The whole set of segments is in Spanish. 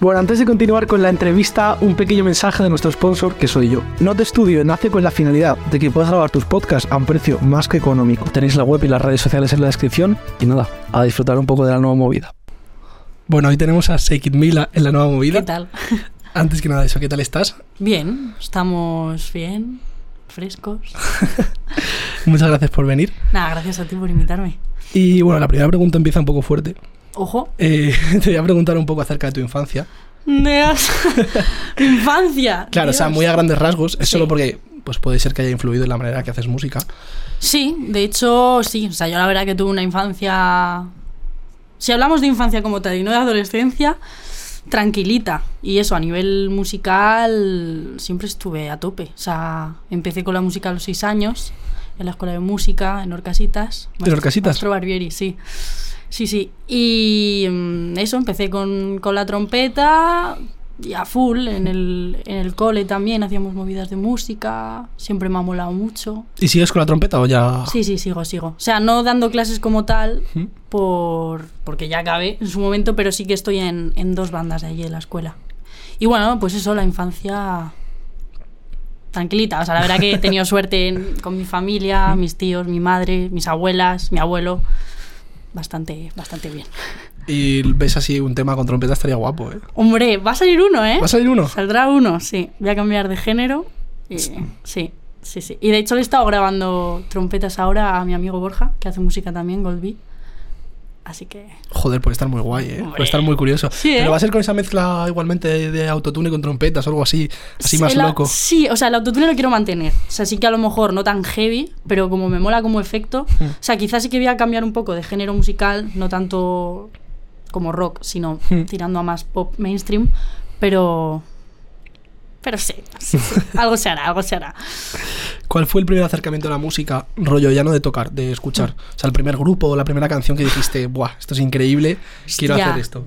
Bueno, antes de continuar con la entrevista, un pequeño mensaje de nuestro sponsor, que soy yo. Note Studio nace con la finalidad de que puedas grabar tus podcasts a un precio más que económico. Tenéis la web y las redes sociales en la descripción y nada, a disfrutar un poco de la nueva movida. Bueno, hoy tenemos a Seikit Mila en la nueva movida. ¿Qué tal? Antes que nada, eso, ¿qué tal estás? Bien, estamos bien, frescos. Muchas gracias por venir. Nada, gracias a ti por invitarme. Y bueno, la primera pregunta empieza un poco fuerte. Ojo. Eh, te voy a preguntar un poco acerca de tu infancia. Dios. Mi infancia. Claro, o sea, Dios. muy a grandes rasgos, es Sí. solo porque pues puede ser que haya influido en la manera que haces música. Sí, de hecho, sí. O sea, yo la verdad que tuve una infancia. Si hablamos de infancia como tal y no de adolescencia, tranquilita. Y eso, a nivel musical, siempre estuve a tope. O sea, empecé con la música a los seis años, en la escuela de música, en Orcasitas. ¿En Orcasitas? Maestro Barbieri, sí. Sí, sí. Y mm, eso, empecé con, con la trompeta y a full. En el, en el cole también hacíamos movidas de música. Siempre me ha molado mucho. ¿Y sigues con la trompeta o ya...? Sí, sí, sigo, sigo. O sea, no dando clases como tal, ¿Mm? por porque ya acabé en su momento, pero sí que estoy en, en dos bandas de allí en la escuela. Y bueno, pues eso, la infancia tranquilita. O sea, la verdad que he tenido suerte en- con mi familia, mis tíos, mi madre, mis abuelas, mi abuelo. Bastante, bastante bien. Y ves así un tema con trompeta, estaría guapo, ¿eh? Hombre, va a salir uno, ¿eh? ¿Va a salir uno? Saldrá uno, sí. Voy a cambiar de género. y- sí, sí, sí. Y de hecho le he estado grabando trompetas ahora a mi amigo Borja, que hace música también, Golby. Así que... Joder, puede estar muy guay, ¿eh? Hombre. Puede estar muy curioso. Sí, ¿eh? Pero va a ser con esa mezcla igualmente de, de autotune con trompetas o algo así, así más El au- loco. Sí, o sea, el autotune lo quiero mantener. O sea, sí que a lo mejor no tan heavy, pero como me mola como efecto. Hmm. O sea, quizás sí que voy a cambiar un poco de género musical, no tanto como rock, sino Hmm. tirando a más pop mainstream, pero... Pero sí, sí, sí. algo se hará, algo se hará. ¿Cuál fue el primer acercamiento a la música, rollo ya no de tocar, de Mm. escuchar? O sea, el primer grupo o la primera canción que dijiste, ¡buah, esto es increíble, quiero Hostia. hacer esto!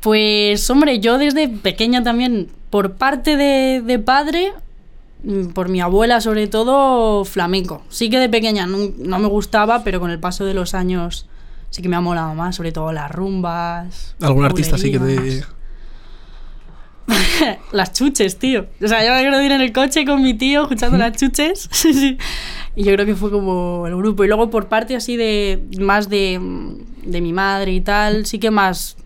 Pues hombre, yo desde pequeña también, por parte de, de padre, mm, por mi abuela sobre todo, flamenco. Sí que de pequeña nun- no, me gustaba, pero con el paso de los años sí que me ha molado más, sobre todo las rumbas. ¿Algún artista así que te...? culerías. Las chuches, tío. O sea, yo me acuerdo de ir en el coche con mi tío escuchando las chuches. Sí, sí. Y yo creo que fue como el grupo. Y luego por parte así de más de, de mi madre y tal, sí que más...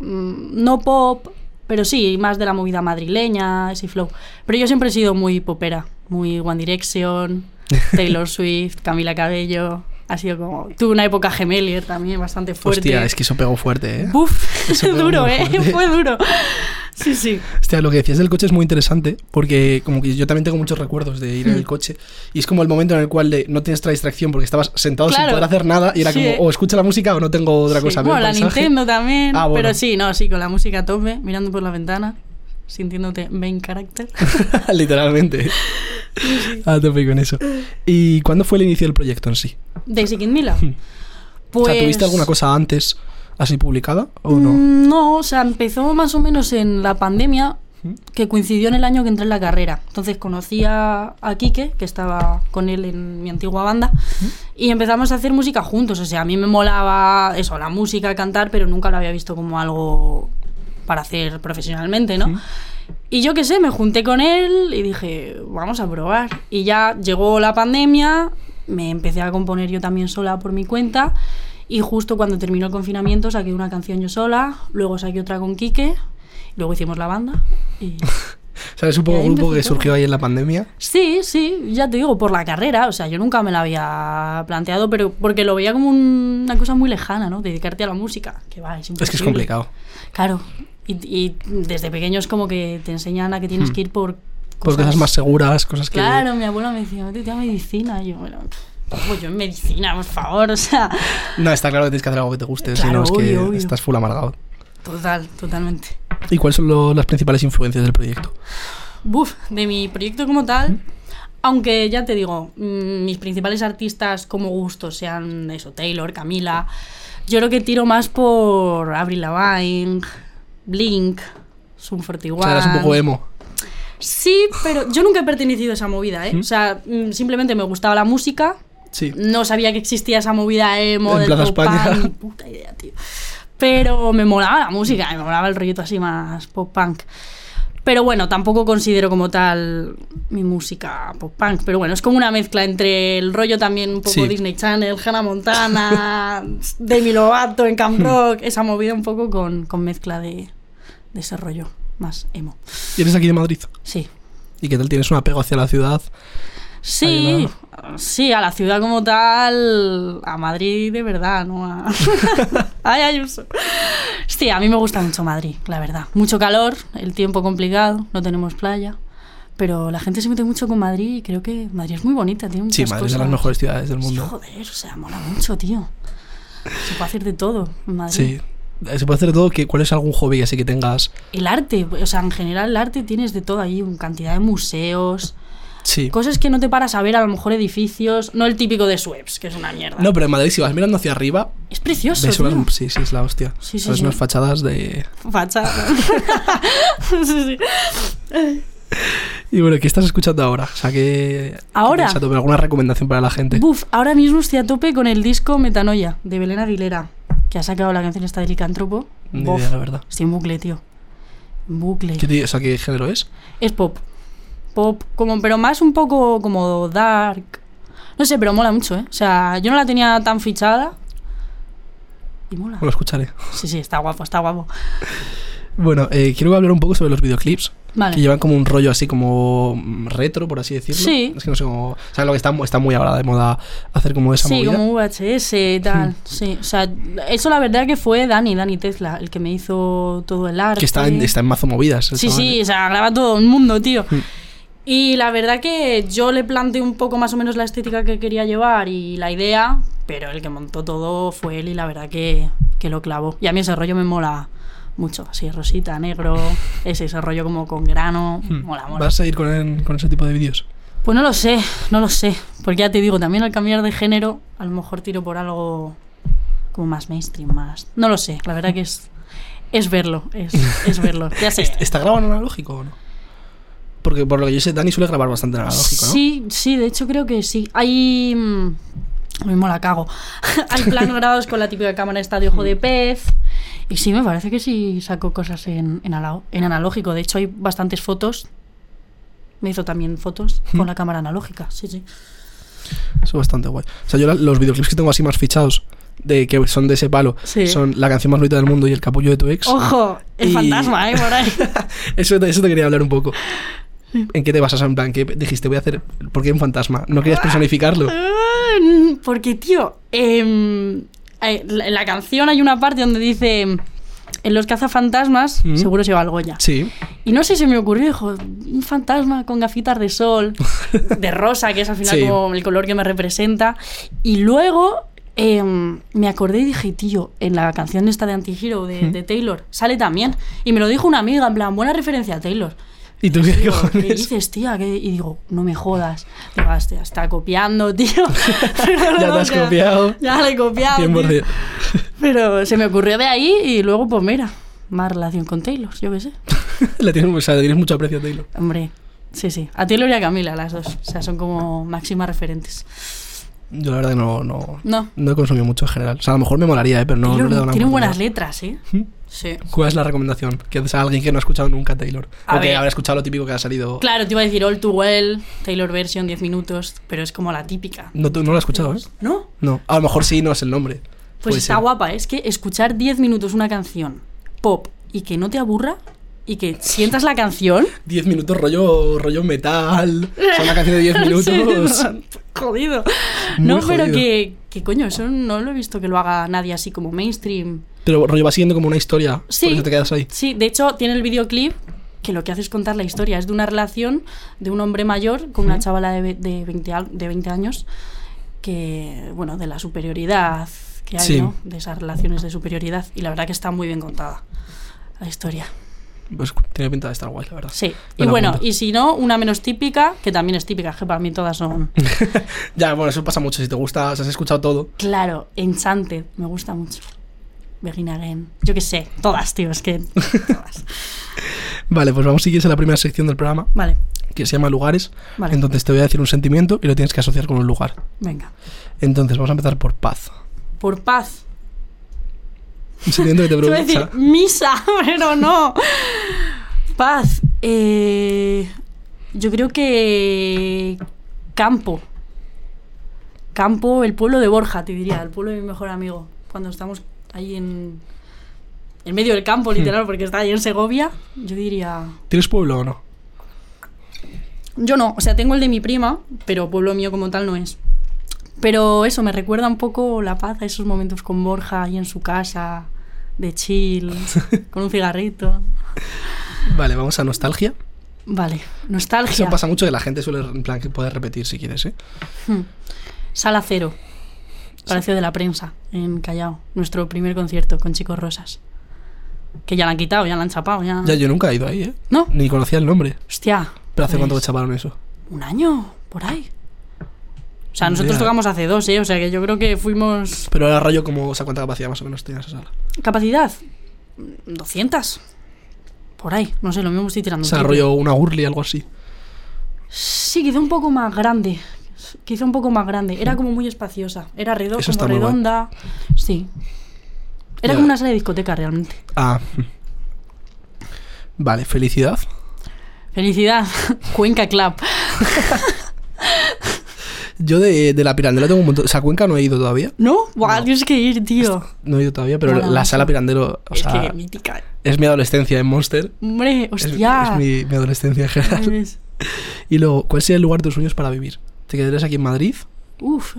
mm, No pop, pero sí, más de la movida madrileña, ese flow. Pero yo siempre he sido muy popera, muy One Direction, Taylor Swift, Camila Cabello. Ha sido como... Tuve una época gemelier también bastante fuerte. Hostia, es que eso pegó fuerte, ¿eh? Buf, Eso fue duro, muy ¿eh? fuerte. Fue duro. Sí, sí. Hostia, lo que decías del coche es muy interesante porque como que yo también tengo muchos recuerdos de ir en el Hmm. coche y es como el momento en el cual de- no tienes otra distracción porque estabas sentado sin Claro. poder hacer nada y era Sí, como eh. o escucha la música o no tengo otra Sí. cosa. veo Bueno, la paisaje. Nintendo también. Ah, bueno. Pero sí, no, sí, con la música a tope, mirando por la ventana, sintiéndote main character. Literalmente. A tope con eso. ¿Y cuándo fue el inicio del proyecto en sí? de Sikin Mila. O Pues. sea, ¿tuviste alguna cosa antes así publicada o no? Mm, o sea, empezó más o menos en la pandemia, que coincidió en el año que entré en la carrera. Entonces conocí a, a Quique, que estaba con él en mi antigua banda, y empezamos a hacer música juntos. O sea, a mí me molaba eso, la música, cantar, pero nunca lo había visto como algo para hacer profesionalmente, ¿no? Y yo qué sé, me junté con él y dije, vamos a probar. Y ya llegó la pandemia, me empecé a componer yo también sola por mi cuenta. Y justo cuando terminó el confinamiento saqué una canción yo sola, luego saqué otra con Quique, luego hicimos la banda. y- O sea, es un poco ahí grupo que empezó todo. surgió ahí en la pandemia. Sí, sí, ya te digo, por la carrera. O sea, yo nunca me la había planteado, pero porque lo veía como un- una cosa muy lejana, ¿no? Dedicarte a la música, que va, es Es que es imposible. complicado. Claro. Y, y desde pequeños como que te enseñan a que tienes que ir por Hmm. Por cosas más seguras, cosas que... Claro, mi abuela me decía, te a medicina. Y yo, bueno, pff, pues yo en medicina, por favor, o sea. No, está claro que tienes que hacer algo que te guste, si no Claro, es que obvio, obvio. estás full amargado. Total, totalmente. ¿Y cuáles son lo- las principales influencias del proyecto? Buf, de mi proyecto como tal. Aunque ya te digo, mm, mis principales artistas como gusto sean eso, Taylor, Camila. Yo creo que tiro más por Avril Lavigne, Blink, Sum 41. O sea, eras un poco emo. Sí, pero yo nunca he pertenecido a esa movida, ¿eh? O sea, mm, simplemente me gustaba la música, Sí. No sabía que existía esa movida emo En del Plaza Pop Punk, España. ni puta idea, tío. Pero me molaba la música, me molaba el rollito así más pop-punk. Pero bueno, tampoco considero como tal mi música pop-punk. Pero bueno, es como una mezcla entre el rollo también un poco Sí. Disney Channel, Hannah Montana, Demi Lovato en Camp Rock. Esa movida un poco con, con mezcla de, de ese rollo más emo. Y eres aquí de Madrid. Sí. ¿Y qué tal tienes un apego hacia la ciudad? Sí, sí, a la ciudad como tal, a Madrid de verdad, ¿no? A... Ay, Ayuso. Sí, a mí me gusta mucho Madrid, la verdad. Mucho calor, el tiempo complicado, no tenemos playa, pero la gente se mete mucho con Madrid y creo que Madrid es muy bonita, tiene muchas Sí, Madrid es de las cosas. mejores ciudades del mundo. Joder, o sea, mola mucho, tío. Se puede hacer de todo en Madrid. Sí. Eh, Se puede hacer de todo. que- ¿Cuál es algún hobby así que tengas? El arte, o sea, en general el arte tienes de todo ahí, un cantidad de museos, Sí. cosas que no te paras a ver, a lo mejor edificios, no el típico de Suebs, que es una mierda. No, pero en Madrid si vas mirando hacia arriba, Es precioso. ves tío. unas... Sí, sí, pues, es la hostia. Sí, sí, Ves sí. unas fachadas de... Fachada. Sí, sí. Y bueno, ¿qué estás escuchando ahora? O sea, que... Ahora. Exacto, pero alguna recomendación para la gente. Buf, ahora mismo estoy a tope con el disco Metanoia de Belén Aguilera, que ha sacado la canción esta de Licantropo. Ni Buf, idea, la verdad. estoy en bucle, tío. En bucle. ¿Qué, te- o sea, ¿qué género es? Es pop. Pop, como, pero más un poco como dark. No sé, pero mola mucho, ¿eh? O sea, yo no la tenía tan fichada. Y mola. Lo escucharé. Sí, sí, está guapo, está guapo. Bueno, eh, quiero hablar un poco sobre los videoclips. Vale. Que llevan como un rollo así como mm, retro, por así decirlo. Sí. Es que no sé cómo... O sea, lo que está, está muy ahora de moda hacer como esa sí, movida. Hmm. como VHS y tal. Sí, o sea, eso la verdad que fue Dani, Dani Tesla, el que me hizo todo el arte. Que está en, está en mazo movidas. el Hmm. Sí, chaval, sí, ¿eh? o sea, graba todo el mundo, tío. Y la verdad que yo le planteé un poco más o menos la estética que quería llevar y la idea, pero el que montó todo fue él y la verdad que, que lo clavó. Y a mí ese rollo me mola mucho, así rosita, negro, ese, ese rollo como con grano, mola, mola. Hmm. ¿Vas a seguir con, el- con ese tipo de vídeos? Pues no lo sé, no lo sé. Porque ya te digo, también al cambiar de género, a lo mejor tiro por algo como más mainstream, más. No lo sé, la verdad que es. Es verlo, es, es verlo. Ya sé. ¿Está grabando analógico o no? Porque por lo que yo sé, Dani suele grabar bastante en analógico, ¿no? Sí, sí, de hecho creo que sí. Hay. mm, Lo mismo la cago. Hay planos grabados con la típica cámara esta de ojo Mm. de pez. Y sí, me parece que sí saco cosas en, en, ala- en analógico. De hecho, hay bastantes fotos. Me hizo también fotos ¿Mm? con la cámara analógica. Sí, sí. Eso es bastante guay. O sea, yo la- los videoclips que tengo así más fichados, de que son de ese palo, Sí. Oh. son La canción más bonita del mundo y El capullo de tu ex. Ojo, el Y- fantasma, ¿eh? Por ahí. Eso, te- eso te quería hablar un poco. ¿En qué te basas? En plan, que dijiste, voy a hacer. ¿Por qué un fantasma? ¿No querías personificarlo? Mm, Porque, tío, em, eh, la- en la canción hay una parte donde dice: En los cazafantasmas, Mm. seguro se va al Goya. Sí. Y no sé, se me ocurrió, dijo, un fantasma con gafitas de sol, de rosa, que es al final Sí. como el color que me representa. Y luego em, me acordé y dije, tío, en la canción esta de Antihero de, de Taylor sale también. Y me lo dijo una amiga, en plan, buena referencia a Taylor. ¿Y tú qué Digo, ¿Qué cojones? dices, tía? ¿Qué? Y digo, no me jodas. Digo, "Ah, hostia, está copiando, tío. Ya te has copiado. Ya le he copiado. tío. 100%. Pero se me ocurrió de ahí y luego, pues mira, más relación con Taylor, yo qué sé. La tienes, o sea, le tienes mucho aprecio a Taylor. Hombre, sí, sí. A Taylor y a Camila, las dos. O sea, son como máximas referentes. Yo la verdad que no, no, No. no he consumido mucho en general. O sea, a lo mejor me molaría, ¿eh? pero no, no le he Taylor dado una tienen buenas oportunidad. letras, ¿eh? ¿Mm? Sí. ¿Cuál es la recomendación que haces a alguien que no ha escuchado nunca a Taylor? A o que ver. habrá escuchado lo típico que ha salido. Claro, te iba a decir All Too Well, Taylor Version, 10 minutos, pero es como la típica. No, tú no lo has escuchado, ¿eh? ¿No? No. A lo mejor sí, no es el nombre. Pues Puede está ser. guapa, ¿eh? es que escuchar 10 minutos una canción pop y que no te aburra y que sientas la canción. 10 minutos rollo, rollo metal. O sea, una canción de 10 minutos. Sí, jodido. Muy no, pero jodido. que, que coño, eso no lo he visto que lo haga nadie así como mainstream. Pero rollo va siguiendo como una historia. Sí. Por eso te quedas ahí. Sí, de hecho tiene el videoclip que lo que hace es contar la historia. Es de una relación de un hombre mayor con una chavala de, ve- de 20, al- de 20 años que, bueno, de la superioridad que hay, Sí. ¿no? De esas relaciones de superioridad. Y la verdad que está muy bien contada la historia. Pues tiene pinta de estar guay, la verdad. Sí. Y Me la bueno, apunto. y si no, una menos típica, que también es típica, que para mí todas son... Ya, bueno, eso pasa mucho. Si te gusta, si has escuchado todo. Claro, Enchanted, me gusta mucho. Begin Again. Yo qué sé, todas, tío, es que... Todas. Vale, pues vamos a seguir a la primera sección del programa, Vale, que se llama Lugares. Vale. Entonces te voy a decir un sentimiento y lo tienes que asociar con un lugar. venga. Entonces vamos a empezar por paz. Por paz. Un sentimiento que te Te iba a produce. decir misa, pero no. Paz. eh, yo creo que campo. Campo, el pueblo de Borja, te diría, el pueblo de mi mejor amigo. Cuando estamos ahí en, en medio del campo, literal, porque está ahí en Segovia, yo diría... ¿Tienes pueblo o no? Yo no, o sea, tengo el de mi prima, pero pueblo mío como tal no es. Pero eso, me recuerda un poco la paz a esos momentos con Borja ahí en su casa, de chill, con un cigarrito. Vale, vamos a nostalgia. Vale, nostalgia. Eso pasa mucho que la gente suele, en plan, que puedes repetir si quieres, ¿eh? Hmm. Sala Cero, Palacio de la Prensa, en Callao. Nuestro primer concierto con Chicos Rosas. Que ya la han quitado, ya la han chapado, ya... Ya, yo nunca he ido ahí, ¿eh? ¿No? Ni conocía el nombre. Hostia. Pero ¿hace cuánto que pues, chaparon eso? Un año, por ahí. O sea, Ni nosotros idea. tocamos hace dos, ¿eh? O sea, que yo creo que fuimos... Pero ahora rayo como, o sea, cuánta capacidad más o menos tenía esa sala. ¿Capacidad? mm, 200. Por ahí, no sé, lo mismo estoy tirando. O un sea, triple. rollo una Urli, algo así. Sí, quizá un poco más grande. Quizá un poco más grande. Era como muy espaciosa. Era redo- Eso está como muy guay. redonda. Sí. Era Ya. como una sala de discoteca realmente. Ah. Vale, felicidad. Felicidad. Cuenca Club. Yo de, de la Pirandello tengo un montón. O sea, Cuenca no he ido todavía. ¿No? Buah, tienes que ir, tío. No he ido todavía, pero Mola la mucho. sala Pirandello, o es sea, que mítica. es mi adolescencia en Monster. Hombre, Es, hostia. es mi, mi adolescencia en general. ¿Sabes? Y luego, ¿cuál sería el lugar de tus sueños para vivir? ¿Te quedarías aquí en Madrid? Uf.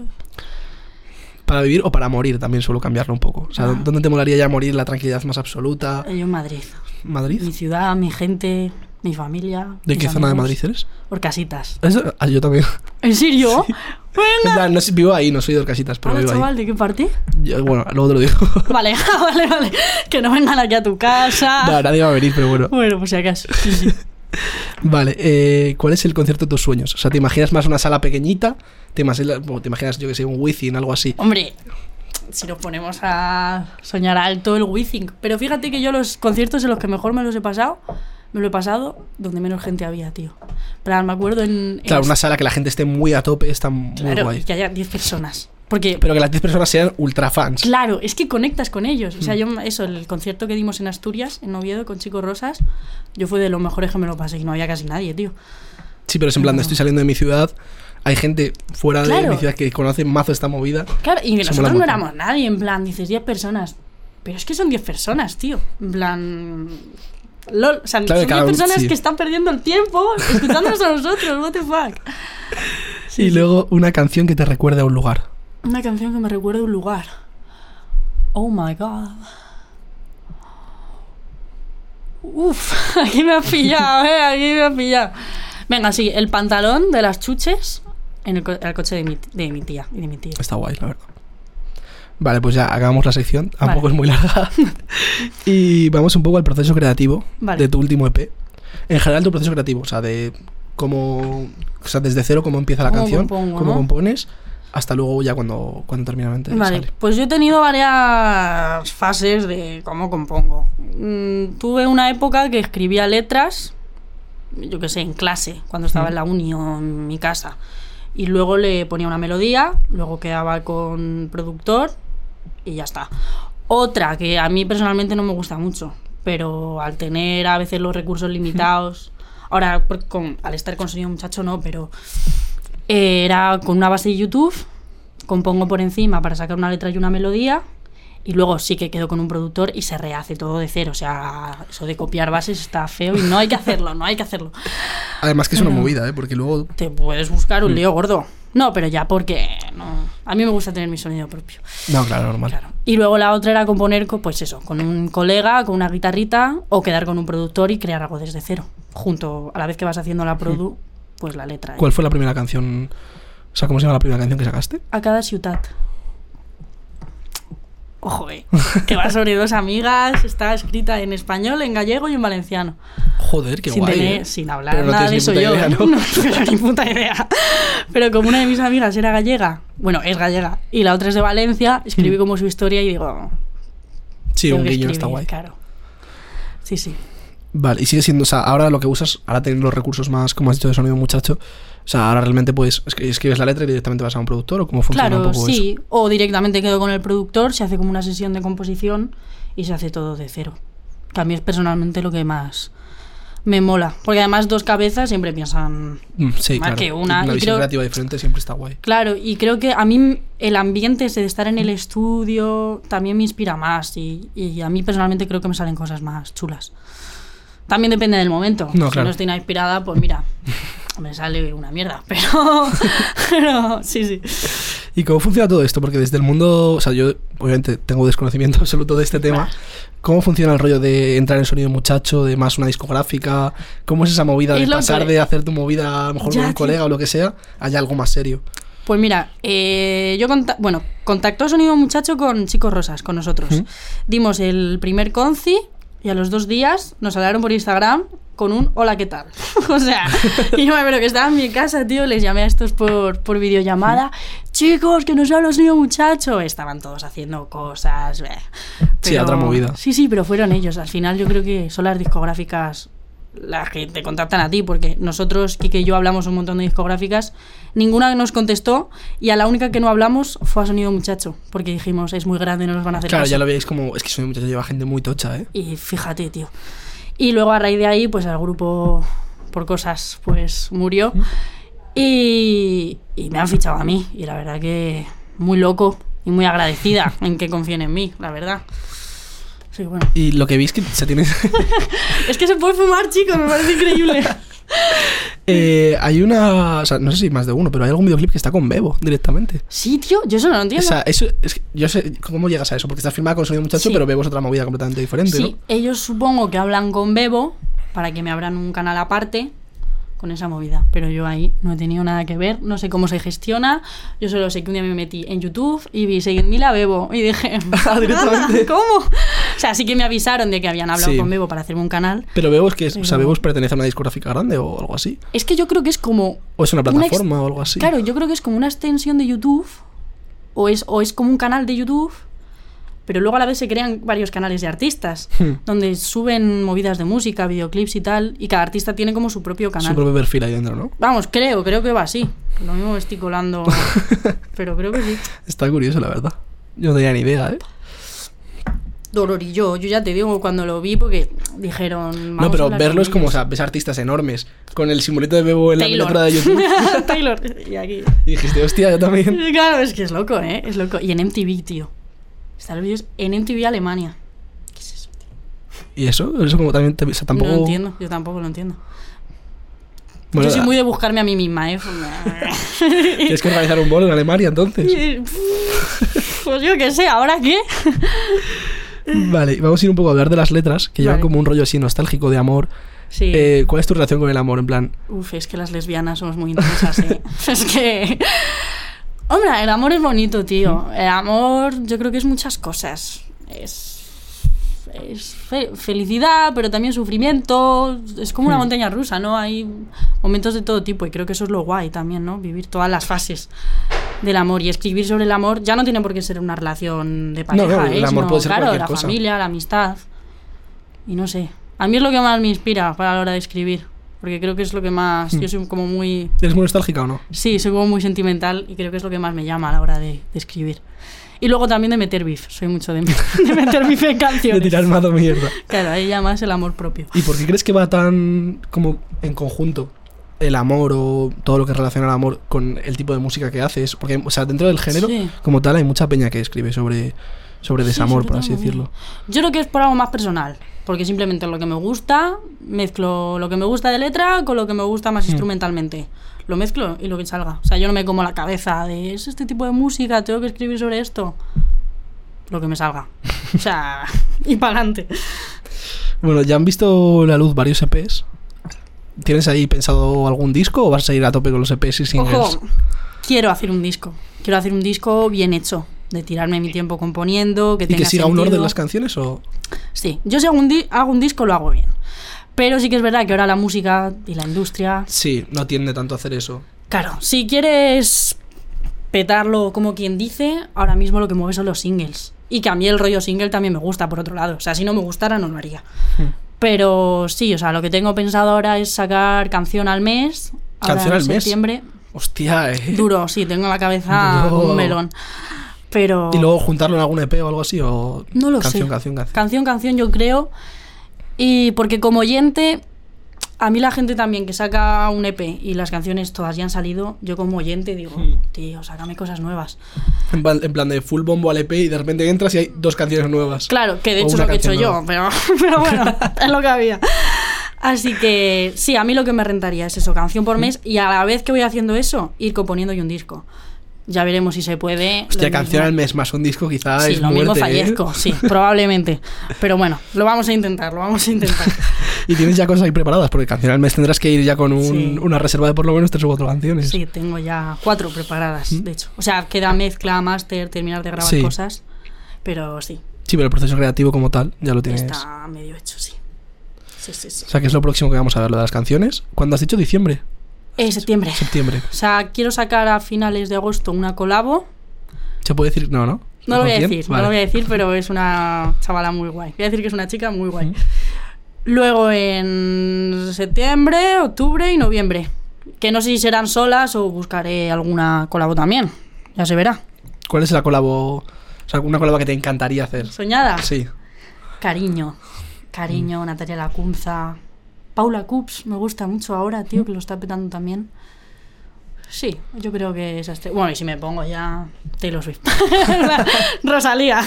¿Para vivir o para morir? También suelo cambiarlo un poco. O sea, Ah. ¿dónde te molaría ya morir? ¿La tranquilidad más absoluta? Yo en Madrid. Mi ¿Madrid? ciudad, mi gente, mi familia. ¿De mis qué zona de Madrid amigos. eres? Orcasitas. Eso- ah, yo también. ¿En serio? En Venga. plan, no sé- vivo ahí, no soy de Orcasitas, pero Hola, vivo chaval, ¿de qué parte? ahí. Yo- bueno, luego te lo digo. Vale, vale, vale. Que no vengan aquí a tu casa. No, nadie va a venir, pero bueno. Bueno, pues si acaso. Sí, sí. Vale, eh, ¿cuál es el concierto de tus sueños? O sea, ¿te imaginas más una sala pequeñita? ¿Te imaginas, bueno, te imaginas yo que sé, un Wizzing, algo así? Hombre, si nos ponemos a soñar alto el Withing. Pero fíjate que yo los conciertos en los que mejor me los he pasado, me lo he pasado donde menos gente había, tío. Pero me acuerdo en... en Claro, una sala que la gente esté muy a tope, está muy claro, guay. que haya 10 personas. Porque, Pero que las 10 personas sean ultra fans. claro, es que conectas con ellos. O sea, Mm. yo, eso, el concierto que dimos en Asturias, en Oviedo, con Chico Rosas, yo fue de los mejores que me lo pasé y no había casi nadie, tío. Sí, pero es en plan, estoy saliendo de mi ciudad, hay gente fuera de Claro. mi ciudad que conoce mazo esta movida. Claro, y que Eso nosotros mola un no montón. éramos nadie, en plan, dices 10 personas. Pero es que son 10 personas, tío. En plan. LOL, o sea, Claro, son cada 10 uno- personas sí. que están perdiendo el tiempo escuchándonos a nosotros, what the fuck. Sí, y sí. luego una canción que te recuerde a un lugar. Una canción que me recuerda a un lugar. Oh my god. Uf, aquí me ha pillado, eh, aquí me ha pillado. Venga, sí, el pantalón de las chuches en el, co- el coche de mi, de mi tía y de mi tía. Está guay, la verdad. Vale, pues ya acabamos la sección, tampoco Vale. es muy larga. y vamos un poco al proceso creativo Vale. de tu último EP. En general, tu proceso creativo, o sea, de cómo. O sea, desde cero, cómo empieza la Cómo canción, compongo, cómo ¿no? compones, hasta luego ya cuando, cuando terminamente Vale, sale. pues yo he tenido varias fases de cómo compongo. Mm, tuve una época que escribía letras, yo qué sé, en clase, cuando estaba en la uni o en mi casa. Y luego le ponía una melodía, luego quedaba con productor y ya está. Otra que a mí personalmente no me gusta mucho, pero al tener a veces los recursos limitados, ahora por- con- al estar con Soy un muchacho no, pero eh, era con una base de YouTube, compongo por encima para sacar una letra y una melodía. Y luego sí que quedo con un productor y se rehace todo de cero. O sea, eso de copiar bases está feo y no hay que hacerlo, no hay que hacerlo. Además, que es una movida, ¿eh? Porque luego. Te puedes buscar un lío gordo. No, pero ya porque no. A mí me gusta tener mi sonido propio. No, claro, normal. Claro. Y luego la otra era componer, co- pues eso, con un colega, con una guitarrita o quedar con un productor y crear algo desde cero. Junto a la vez que vas haciendo la produ, pues la letra. ¿eh? ¿Cuál fue la primera canción? O sea, ¿cómo se llama la primera canción que sacaste? A cada ciudad. Ojo, eh. Que va sobre dos amigas, está escrita en español, en gallego y en valenciano. Joder, qué sin, guay. tener- ¿eh? sin hablar Pero no nada de tienes eso ni puta yo. idea, ¿eh? ¿no? pero ni puta idea. Pero como una de mis amigas era gallega, bueno, es gallega, y la otra es de Valencia, escribí como su historia y digo. Hmm. Sí, tengo un que guiño está escribir, guay. Claro. Sí, sí. Vale, y sigue siendo, o sea, ahora lo que usas, ahora tener los recursos más, como has dicho, de sonido muchacho. O sea, ahora realmente puedes escri- escribes la letra y directamente vas a un productor o cómo funciona un Claro, poco sí. O directamente quedo con el productor, se hace como una sesión de composición y se hace todo de cero. Que a mí es personalmente lo que más me mola. Porque además dos cabezas siempre piensan Mm, Sí, Más claro. que una, y visión creo- creativa diferente siempre está guay. Claro, y creo que a mí el ambiente ese de estar en Mm. el estudio también me inspira más y, y a mí personalmente creo que me salen cosas más chulas. También depende del momento. No, si claro. no estoy nada inspirada, pues mira, me sale una mierda. Pero, pero sí, sí. ¿Y cómo funciona todo esto? Porque desde el mundo, o sea, yo obviamente tengo desconocimiento absoluto de este tema. ¿Cómo funciona el rollo de entrar en sonido muchacho, de más una discográfica? ¿Cómo es esa movida Es de lo que- pasar de hacer tu movida a lo mejor Ya, con un tío. colega o lo que sea, haya algo más serio? Pues mira, eh, yo conta- bueno, contactó Sonido Muchacho con Chicos Rosas, con nosotros. Dimos el primer conci y a los dos días nos hablaron por Instagram con un hola, ¿qué tal? o sea, y yo me acuerdo que estaba en mi casa, tío, les llamé a estos por, por videollamada. Chicos, que nos habla Sonido Muchacho. Estaban todos haciendo cosas. bleh. Sí, otra movida. Sí, sí, pero fueron ellos. Al final yo creo que son las discográficas las que te contactan a ti, porque nosotros, Kike y yo, hablamos un montón de discográficas, ninguna nos contestó y a la única que no hablamos fue a Sonido Muchacho, porque dijimos, es muy grande, no nos van a hacer Claro, caso". ya lo veis como, es que sonido muchacho lleva gente muy tocha, ¿eh? Y fíjate, tío. Y luego a raíz de ahí, pues el grupo, por cosas, pues murió. Y, y me han fichado a mí. Y la verdad que muy loco y muy agradecida en que confíen en mí, la verdad. Sí, bueno. Y lo que veis que se tiene... Es que se puede fumar, chicos, me parece increíble. Eh, hay una... O sea, no sé si más de uno, pero hay algún videoclip que está con Bebo directamente. Sí, tío, yo eso no lo entiendo. O sea, eso, es que yo sé cómo llegas a eso, porque está firmada con sonido muchacho, Sí. pero Bebo es otra movida completamente diferente, Sí, ¿no? ellos supongo que hablan con Bebo para que me abran un canal aparte con esa movida, pero yo ahí no he tenido nada que ver, no sé cómo se gestiona, yo solo sé que un día me metí en YouTube y vi 6.000 a Bebo y dije, Ah, directamente. ¿cómo? O sea, sí que me avisaron de que habían hablado Sí. con Bebo para hacerme un canal. Pero Bebo es que, es- o sea, Pero- Bebo pertenece a una discográfica grande o algo así. Es que yo creo que es como O es una Una ex- plataforma o algo así. Claro, yo creo que es como una extensión de YouTube, o es, o es como un canal de YouTube, pero luego a la vez se crean varios canales de artistas, Hmm. donde suben movidas de música, videoclips y tal, y cada artista tiene como su propio canal. Su propio perfil ahí dentro, ¿no? Vamos, creo, creo que va así. Lo mismo me estoy colando, pero creo que sí. Está curioso, la verdad. Yo no tenía ni idea, ¿eh? Dolor y yo, yo ya te digo cuando lo vi, porque dijeron... no, "Vamos a pero hablar verlo es con como, o ellos". sea, ves artistas enormes con el simbolito de Bebo en la Taylor. miniatura de YouTube Taylor, y aquí... y dijiste, hostia, yo también. Claro, es que es loco, ¿eh? Es loco. Y en MTV, tío. Están los vídeos en MTV Alemania. ¿Qué es eso? Y eso, eso como también te, o sea, tampoco. No lo entiendo, yo tampoco lo entiendo. Bueno, yo soy muy de buscarme a mí misma, ¿eh? Tienes que organizar un bolo en Alemania entonces. pues yo qué sé, ¿ahora qué? vale, vamos a ir un poco a hablar de las letras, que llevan Vale. como un rollo así nostálgico de amor. Sí. Eh, ¿Cuál es tu relación con el amor? En plan, Uf, es que las lesbianas somos muy intensas, ¿eh? es que... Hombre, el amor es bonito, tío. El amor yo creo que es muchas cosas. Es... Es fe- felicidad, pero también sufrimiento. Es como Hmm. una montaña rusa, ¿no? Hay momentos de todo tipo y creo que eso es lo guay también, ¿no? Vivir todas las fases del amor y escribir sobre el amor ya no tiene por qué ser una relación de pareja, no, ¿eh? el amor Sino, puede ser claro, cualquier la cosa. familia, la amistad. Y no sé. A mí es lo que más me inspira para la hora de escribir. Porque creo que es lo que más. Hmm. Yo soy como muy. ¿eres muy nostálgica o no? Sí, soy como muy sentimental y creo que es lo que más me llama a la hora de, de escribir. Y luego también de meter beef. Soy mucho de, de meter beef en De canciones. tirar mazo mierda. Claro, ahí ya más el amor propio. ¿Y por qué crees que va tan como en conjunto el amor o todo lo que relaciona al amor con el tipo de música que haces? Porque, o sea, dentro del género, Sí. como tal, hay mucha peña que escribe sobre, sobre Sí, sobre desamor, por todo así lo mismo. decirlo. Yo creo que es por algo más personal, porque simplemente lo que me gusta, mezclo lo que me gusta de letra con lo que me gusta Hmm. más instrumentalmente. Lo mezclo y lo que salga. O sea, yo no me como la cabeza de es este tipo de música, tengo que escribir sobre esto. Lo que me salga. O sea, y para adelante. Bueno, ya han visto la luz varios EPs. ¿Tienes ahí pensado algún disco o vas a ir a tope con los EPs y singles? Ojo, quiero hacer un disco. Quiero hacer un disco bien hecho, de tirarme mi tiempo componiendo, que ¿Y tenga que siga un orden sentido. las canciones o...? Sí, yo si hago un, di- hago un disco lo hago bien. Pero sí que es verdad que ahora la música y la industria Sí, no tiende tanto a hacer eso. Claro, si quieres petarlo como quien dice, ahora mismo lo que mueve son los singles. Y que a mí el rollo single también me gusta, por otro lado. O sea, si no me gustara, no lo haría. Hmm. Pero sí, o sea, lo que tengo pensado ahora es sacar canción al mes. ahora ¿Canción en al mes? septiembre. Hostia, eh. Duro, sí, tengo la cabeza No. como un melón. Pero. Y luego juntarlo en algún EP o algo así, o No lo canción, sé. canción, canción. Canción, canción, yo creo. Y porque como oyente, a mí la gente también que saca un EP y las canciones todas ya han salido, yo como oyente digo, Hmm. tío, sácame cosas nuevas. En plan, en plan de full bombo al EP y de repente entras y hay dos canciones nuevas. Claro, que de O hecho es una lo que he hecho canción yo, pero, pero bueno, es lo que había. Así que sí, a mí lo que me rentaría es eso, canción Hmm. por mes, y a la vez que voy haciendo eso, ir componiendo yo un disco. Ya veremos si se puede. lo Hostia, canción mismo. al mes más un disco quizás sí, es lo mismo muerte, ¿eh? fallezco, sí, probablemente. Pero bueno, lo vamos a intentar, lo vamos a intentar. Y tienes ya cosas ahí preparadas, porque canción al mes tendrás que ir ya con un- Sí. una reserva de por lo menos tres o cuatro canciones. Sí, tengo ya cuatro preparadas, de hecho. O sea, queda mezcla, máster, terminar de grabar ¿Mm? Sí. cosas. Pero sí, Sí, pero el proceso creativo como tal ya lo tienes. está medio hecho, sí. Sí, sí, sí. O sea, que es lo próximo que vamos a ver, lo de las canciones. ¿Cuándo has dicho? Diciembre, Eh, septiembre. septiembre. O sea, quiero sacar a finales de agosto una colabo. ¿Se puede decir? No, ¿no? No lo voy a ¿Bien? decir, no Vale. lo voy a decir, pero es una chavala muy guay. Voy a decir que es una chica muy guay. Luego en septiembre, octubre y noviembre. Que no sé si serán solas o buscaré alguna colabo también. Ya se verá. ¿Cuál es la colabo? O sea, una colabo que te encantaría hacer. Soñada. Sí. Mm. Cariño. Cariño, Natalia Lacunza. Paula Cups, me gusta mucho ahora, tío, que lo está petando también. Sí, yo creo que es este. Bueno, y si me pongo ya Taylor Swift. Rosalía.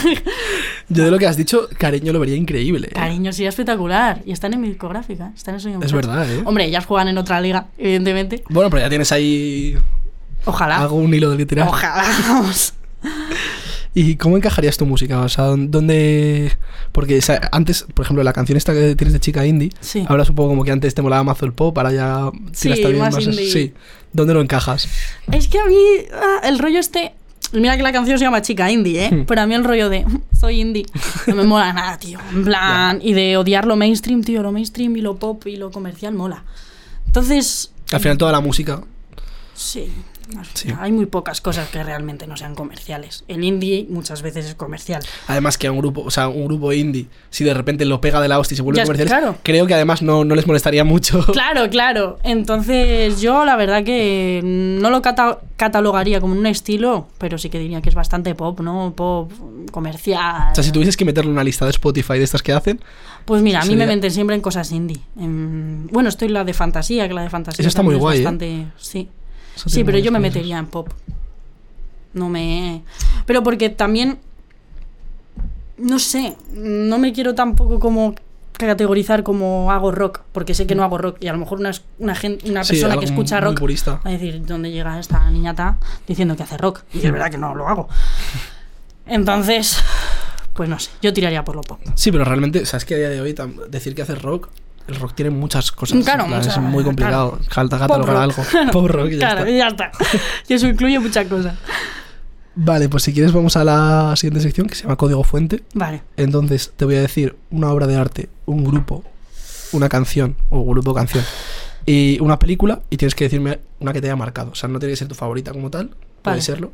Yo de lo que has dicho, cariño, lo vería increíble. ¿eh? Cariño, sería espectacular. Y están en mi discográfica, están en Sueño Es Muchacho. verdad, ¿eh? Hombre, ellas juegan en otra liga, evidentemente. Bueno, pero ya tienes ahí Ojalá. hago un hilo de literal. Ojalá, vamos. ¿Y cómo encajarías tu música? O sea, ¿dónde...? Porque o sea, antes, por ejemplo, la canción esta que tienes de chica indie, Sí. ahora supongo como que antes te molaba mazo el pop, ahora ya... Sí, tiras también más indie. Sí. ¿Dónde lo encajas? Es que a mí ah, el rollo este... Mira que la canción se llama Chica Indie, ¿eh? Hmm. Pero a mí el rollo de soy indie no me mola nada, tío. En plan... Y de odiar lo mainstream, tío. Lo mainstream y lo pop y lo comercial mola. Entonces, Al final toda la música... sí. al Sí. final Hay muy pocas cosas que realmente no sean comerciales. El indie muchas veces es comercial. Además que a un grupo, o sea, un grupo indie, si de repente lo pega de la hostia y se vuelve Ya es- comercial, claro. creo que además no, no les molestaría mucho. Claro, claro. Entonces yo la verdad que no lo cata- catalogaría como un estilo, pero sí que diría que es bastante pop, ¿no? Pop comercial. O sea, si tuvieses que meterle una lista de Spotify de estas que hacen, Pues mira, a mí sería- me meten siempre en cosas indie. En- Bueno, estoy en la de fantasía, que la de fantasía Eso está también muy es guay, bastante... Sí, Eso sí tiene pero yo me varias cosas. metería en pop. No me... Pero porque también... No sé, no me quiero tampoco como categorizar como hago rock, porque sé que no hago rock y a lo mejor una, es- una, gen- una Mm. Sí, persona algo que escucha muy rock purista. a decir, ¿dónde llega esta niñata diciendo que hace rock? Y es verdad que no lo hago. Entonces, pues no sé, yo tiraría por lo pop. Sí, pero realmente, o sea, es que a día de hoy tam- decir que haces rock, el rock tiene muchas cosas. Claro, en plan, muchas- es muy complicado. Falta catalogar rock. algo. Pop rock y ya claro, está. ya está. Y eso incluye muchas cosas. Vale, pues si quieres vamos a la siguiente sección que se llama Código Fuente. Vale. Entonces te voy a decir una obra de arte, un grupo, una canción o grupo canción y una película y tienes que decirme una que te haya marcado. O sea, no tiene que ser tu favorita como tal, puede Vale. serlo,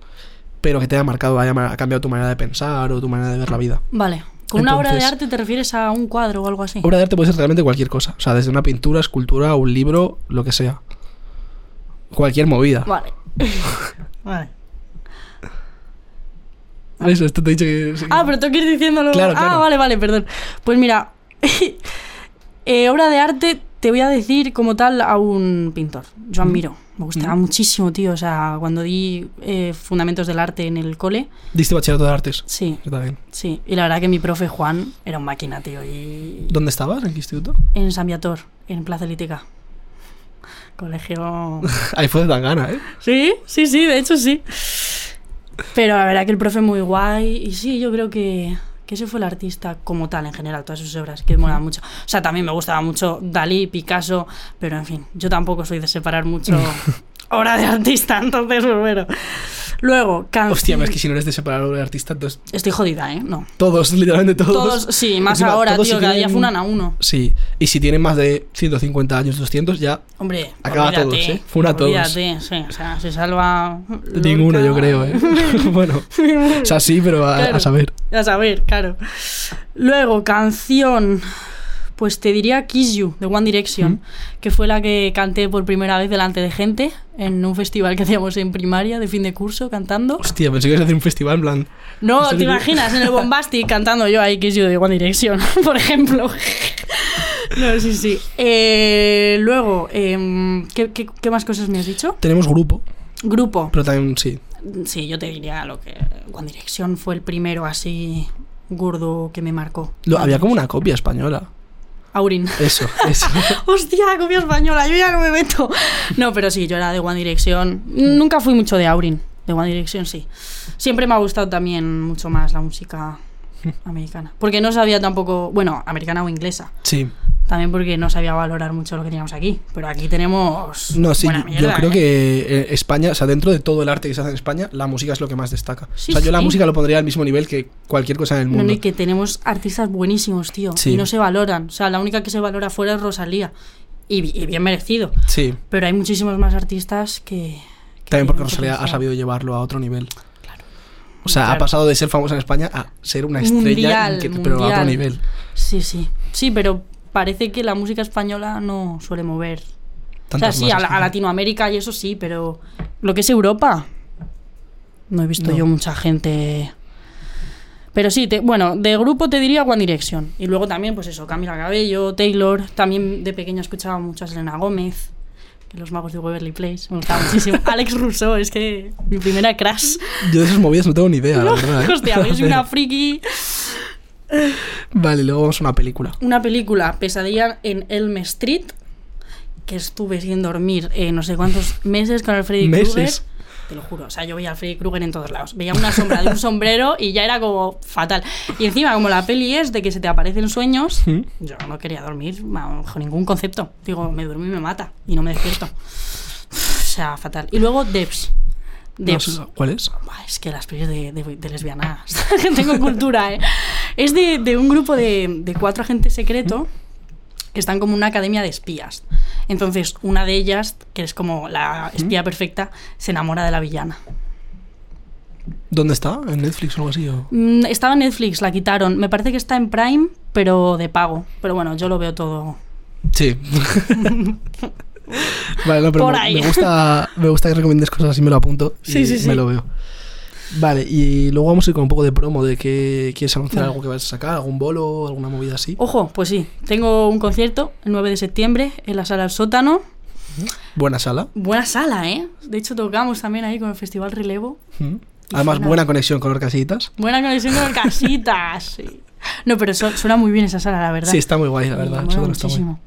pero que te haya marcado, haya ma- ha cambiado tu manera de pensar o tu manera de ver la vida. Vale. Con una obra de Entonces- arte te refieres a un cuadro o algo así. Obra de arte puede ser realmente cualquier cosa, o sea, desde una pintura, escultura, un libro, lo que sea. Cualquier movida. Vale. vale. Eso, esto te he dicho que... Ah, pero tengo que ir diciéndolo. Claro, Ah, claro. vale, vale, perdón. Pues mira, eh, obra de arte te voy a decir como tal a un pintor. Yo admiro. Me gustaba muchísimo, tío. O sea, cuando di eh, fundamentos del arte en el cole, Diste bachillerato de artes. sí, Yo también. sí. Y la verdad que mi profe Juan era un máquina, tío. Y ¿Dónde estabas? ¿En qué instituto? en San Viator, en Plaza Lítica. Colegio Ahí fue de tan gana, ¿eh? Sí, sí, sí, de hecho sí. Pero la verdad que el profe muy guay. Y sí, yo creo que, que ese fue el artista como tal en general, todas sus obras, que mola mucho. O sea, también me gustaba mucho Dalí, Picasso, pero en fin, yo tampoco soy de separar mucho obra de artista, entonces pues bueno. Luego, canción. Hostia, pero es que si no eres de separar obra de artista, entonces Estoy jodida, ¿eh? No. Todos, literalmente todos. Todos, sí, más Encima, ahora, tío, todos si cada día tienen- funan a uno. Sí, y si tienen más de 150 años, 200, ya Hombre, Acaba a todos, olvídate, ¿eh? Funa a todos. olvídate, sí, o sea, se salva. ninguno, yo Lorca. creo, ¿eh? bueno, o sea, sí, pero a, a Claro. saber. Ya saber, claro. Luego, canción. Pues te diría Kiss You, de One Direction, que fue la que canté por primera vez delante de gente en un festival que hacíamos en primaria de fin de curso cantando. Hostia, pensé que ibas a hacer un festival en plan. No, Esto ¿te que- imaginas en el Bombastic cantando yo ahí Kiss You de One Direction, por ejemplo? no, sí, sí. Eh, luego, em, ¿qué- qué, qué más cosas me has dicho? Tenemos grupo, Grupo. pero también sí. Sí, yo te diría lo que One Direction fue el primero así gordo que me marcó. Lo- había como una copia española. Aurin. Eso, eso. Hostia, copia española, yo ya no me meto. No, pero sí, yo era de One Direction. Nunca fui mucho de Aurin. De One Direction sí. Siempre me ha gustado también mucho más la música americana. Porque no sabía tampoco, bueno, americana o inglesa. Sí. También porque no sabía valorar mucho lo que teníamos aquí. Pero aquí tenemos. No, sí, buena yo- mierda, yo creo ¿eh? que eh, España, o sea, dentro de todo el arte que se hace en España, la música es lo que más destaca. Sí, o sea, yo la sí. música lo pondría al mismo nivel que cualquier cosa en el No, mundo. no, y que tenemos artistas buenísimos, tío. Sí. Y no se valoran. O sea, la única que se valora fuera es Rosalía. Y, bi- y bien merecido. Sí, Pero hay muchísimos más artistas que. que también tienen porque Rosalía ha potencial. sabido llevarlo a otro nivel. O sea, ha Claro. pasado de ser famosa en España a ser una estrella, Mundial, que- pero a otro mundial. nivel. Sí, sí. Sí, pero parece que la música española no suele mover. o sea, Tantas sí, a, masas la- a que- Latinoamérica y eso sí, pero lo que es Europa. No he visto No. yo mucha gente. Pero sí, te- bueno, de grupo te diría One Direction. Y luego también, pues eso, Camila Cabello, Taylor. También de pequeña escuchaba mucho a Selena Gómez, que los magos de Waverly Place. Me gustaba muchísimo. Alex Rousseau, es que mi primera crush. Yo de esas movidas no tengo ni idea, la verdad. ¿eh? Hostia, yo soy una friki. Vale, luego vamos a una película. una película, Pesadilla en Elm Street, que estuve sin dormir eh, no sé cuántos meses con el Freddy Meses. Krueger. Te lo juro, o sea, yo veía al Freddy Krueger en todos lados. Veía una sombra de un sombrero y ya era como fatal. Y encima, como la peli es de que se te aparecen sueños, ¿Mm? yo no quería dormir bajo ningún concepto. Digo, me duermo y me mata y no me despierto. O sea, fatal. Y luego Debs. No Debs. sé, ¿Cuál es? Buah, Es que las pelis de, de- de lesbianas. Tengo cultura, ¿eh? Es de, de un grupo de, de cuatro agentes secreto que están como en una academia de espías. Entonces, una de ellas, que es como la espía perfecta, se enamora de la villana. ¿Dónde está? ¿En Netflix o algo así? o? Mm, Estaba en Netflix, la quitaron. Me parece que está en Prime, pero de pago. Pero bueno, yo lo veo todo. Sí. vale, no, pero Por me, ahí. me gusta, me gusta que recomiendes cosas así, me lo apunto. y Sí, sí, sí. Me lo veo. Vale, y luego vamos a ir con un poco de promo de que quieres anunciar algo que vas a sacar, algún bolo, alguna movida así. Ojo, pues sí, tengo un concierto el 9 de septiembre en la sala del sótano. Buena sala. Buena sala, ¿eh? De hecho, tocamos también ahí con el Festival Relevo. Mm. Además, suena- buena conexión con Orcasitas. Buena conexión con casitas. sí. No, pero su- suena muy bien esa sala, la verdad. Sí, está muy guay, la verdad. Mola eso no está muy- muchísimo.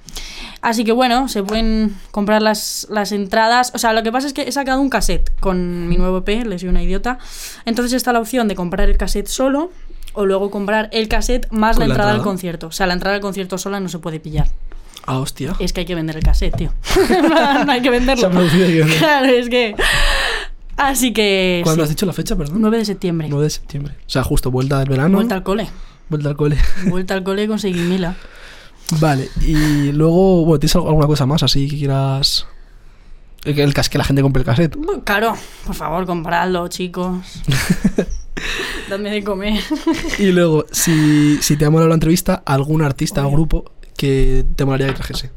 Así que bueno, se pueden comprar las, las entradas. O sea, lo que pasa es que he sacado un cassette con mi nuevo EP, les soy una idiota. Entonces está la opción de comprar el cassette solo o luego comprar el cassette más Con la la entrada al entrada. concierto. O sea, la entrada al concierto sola no se puede pillar. Ah, hostia. Es que hay que vender el cassette, tío. no hay que Se ha venderlo. producido el guion. Claro, es que. Así que. ¿Cuándo has Eh, sí, dicho la fecha, perdón? 9 de septiembre. 9 de septiembre. O sea, justo vuelta del verano. Vuelta al cole. vuelta al cole. Vuelta al cole con Seguimila. Vale, y luego, bueno, ¿tienes alguna cosa más así que quieras? El, el cas- que la gente compre el cassette. Bueno, Caro, por favor, compradlo, chicos. Dadme de comer. Y luego, si, si te ha molado la entrevista, algún artista o grupo que te molaría que trajese.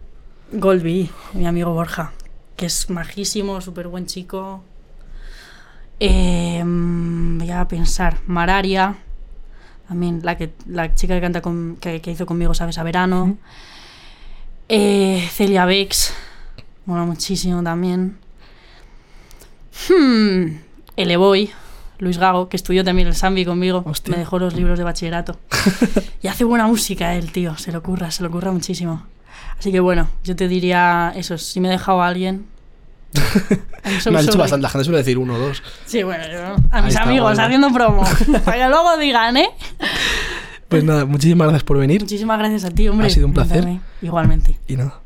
Golby, mi amigo Borja, que es majísimo, súper buen chico. Eh, mm, voy a pensar, Mararia, también la, que, la chica que, canta con, que, que hizo conmigo Sabes a Verano. Eh, Celia Bex, mola muchísimo también. Hmm, el Evoy, Luis Gago, que estudió también el Sambi conmigo, Hostia. me dejó los libros de bachillerato. y hace buena música el tío, se lo curra, se lo curra muchísimo. Así que bueno, yo te diría eso, si me he dejado a alguien. I'm so Me han dicho sorry. bastante, la gente suele decir uno o dos. Sí, bueno, yo- a Ahí mis está, amigos bueno. haciendo promo. para que luego digan, ¿eh? Pues nada, muchísimas gracias por venir Muchísimas gracias a ti, hombre. Ha sido un placer. Cuéntame. Igualmente. y nada.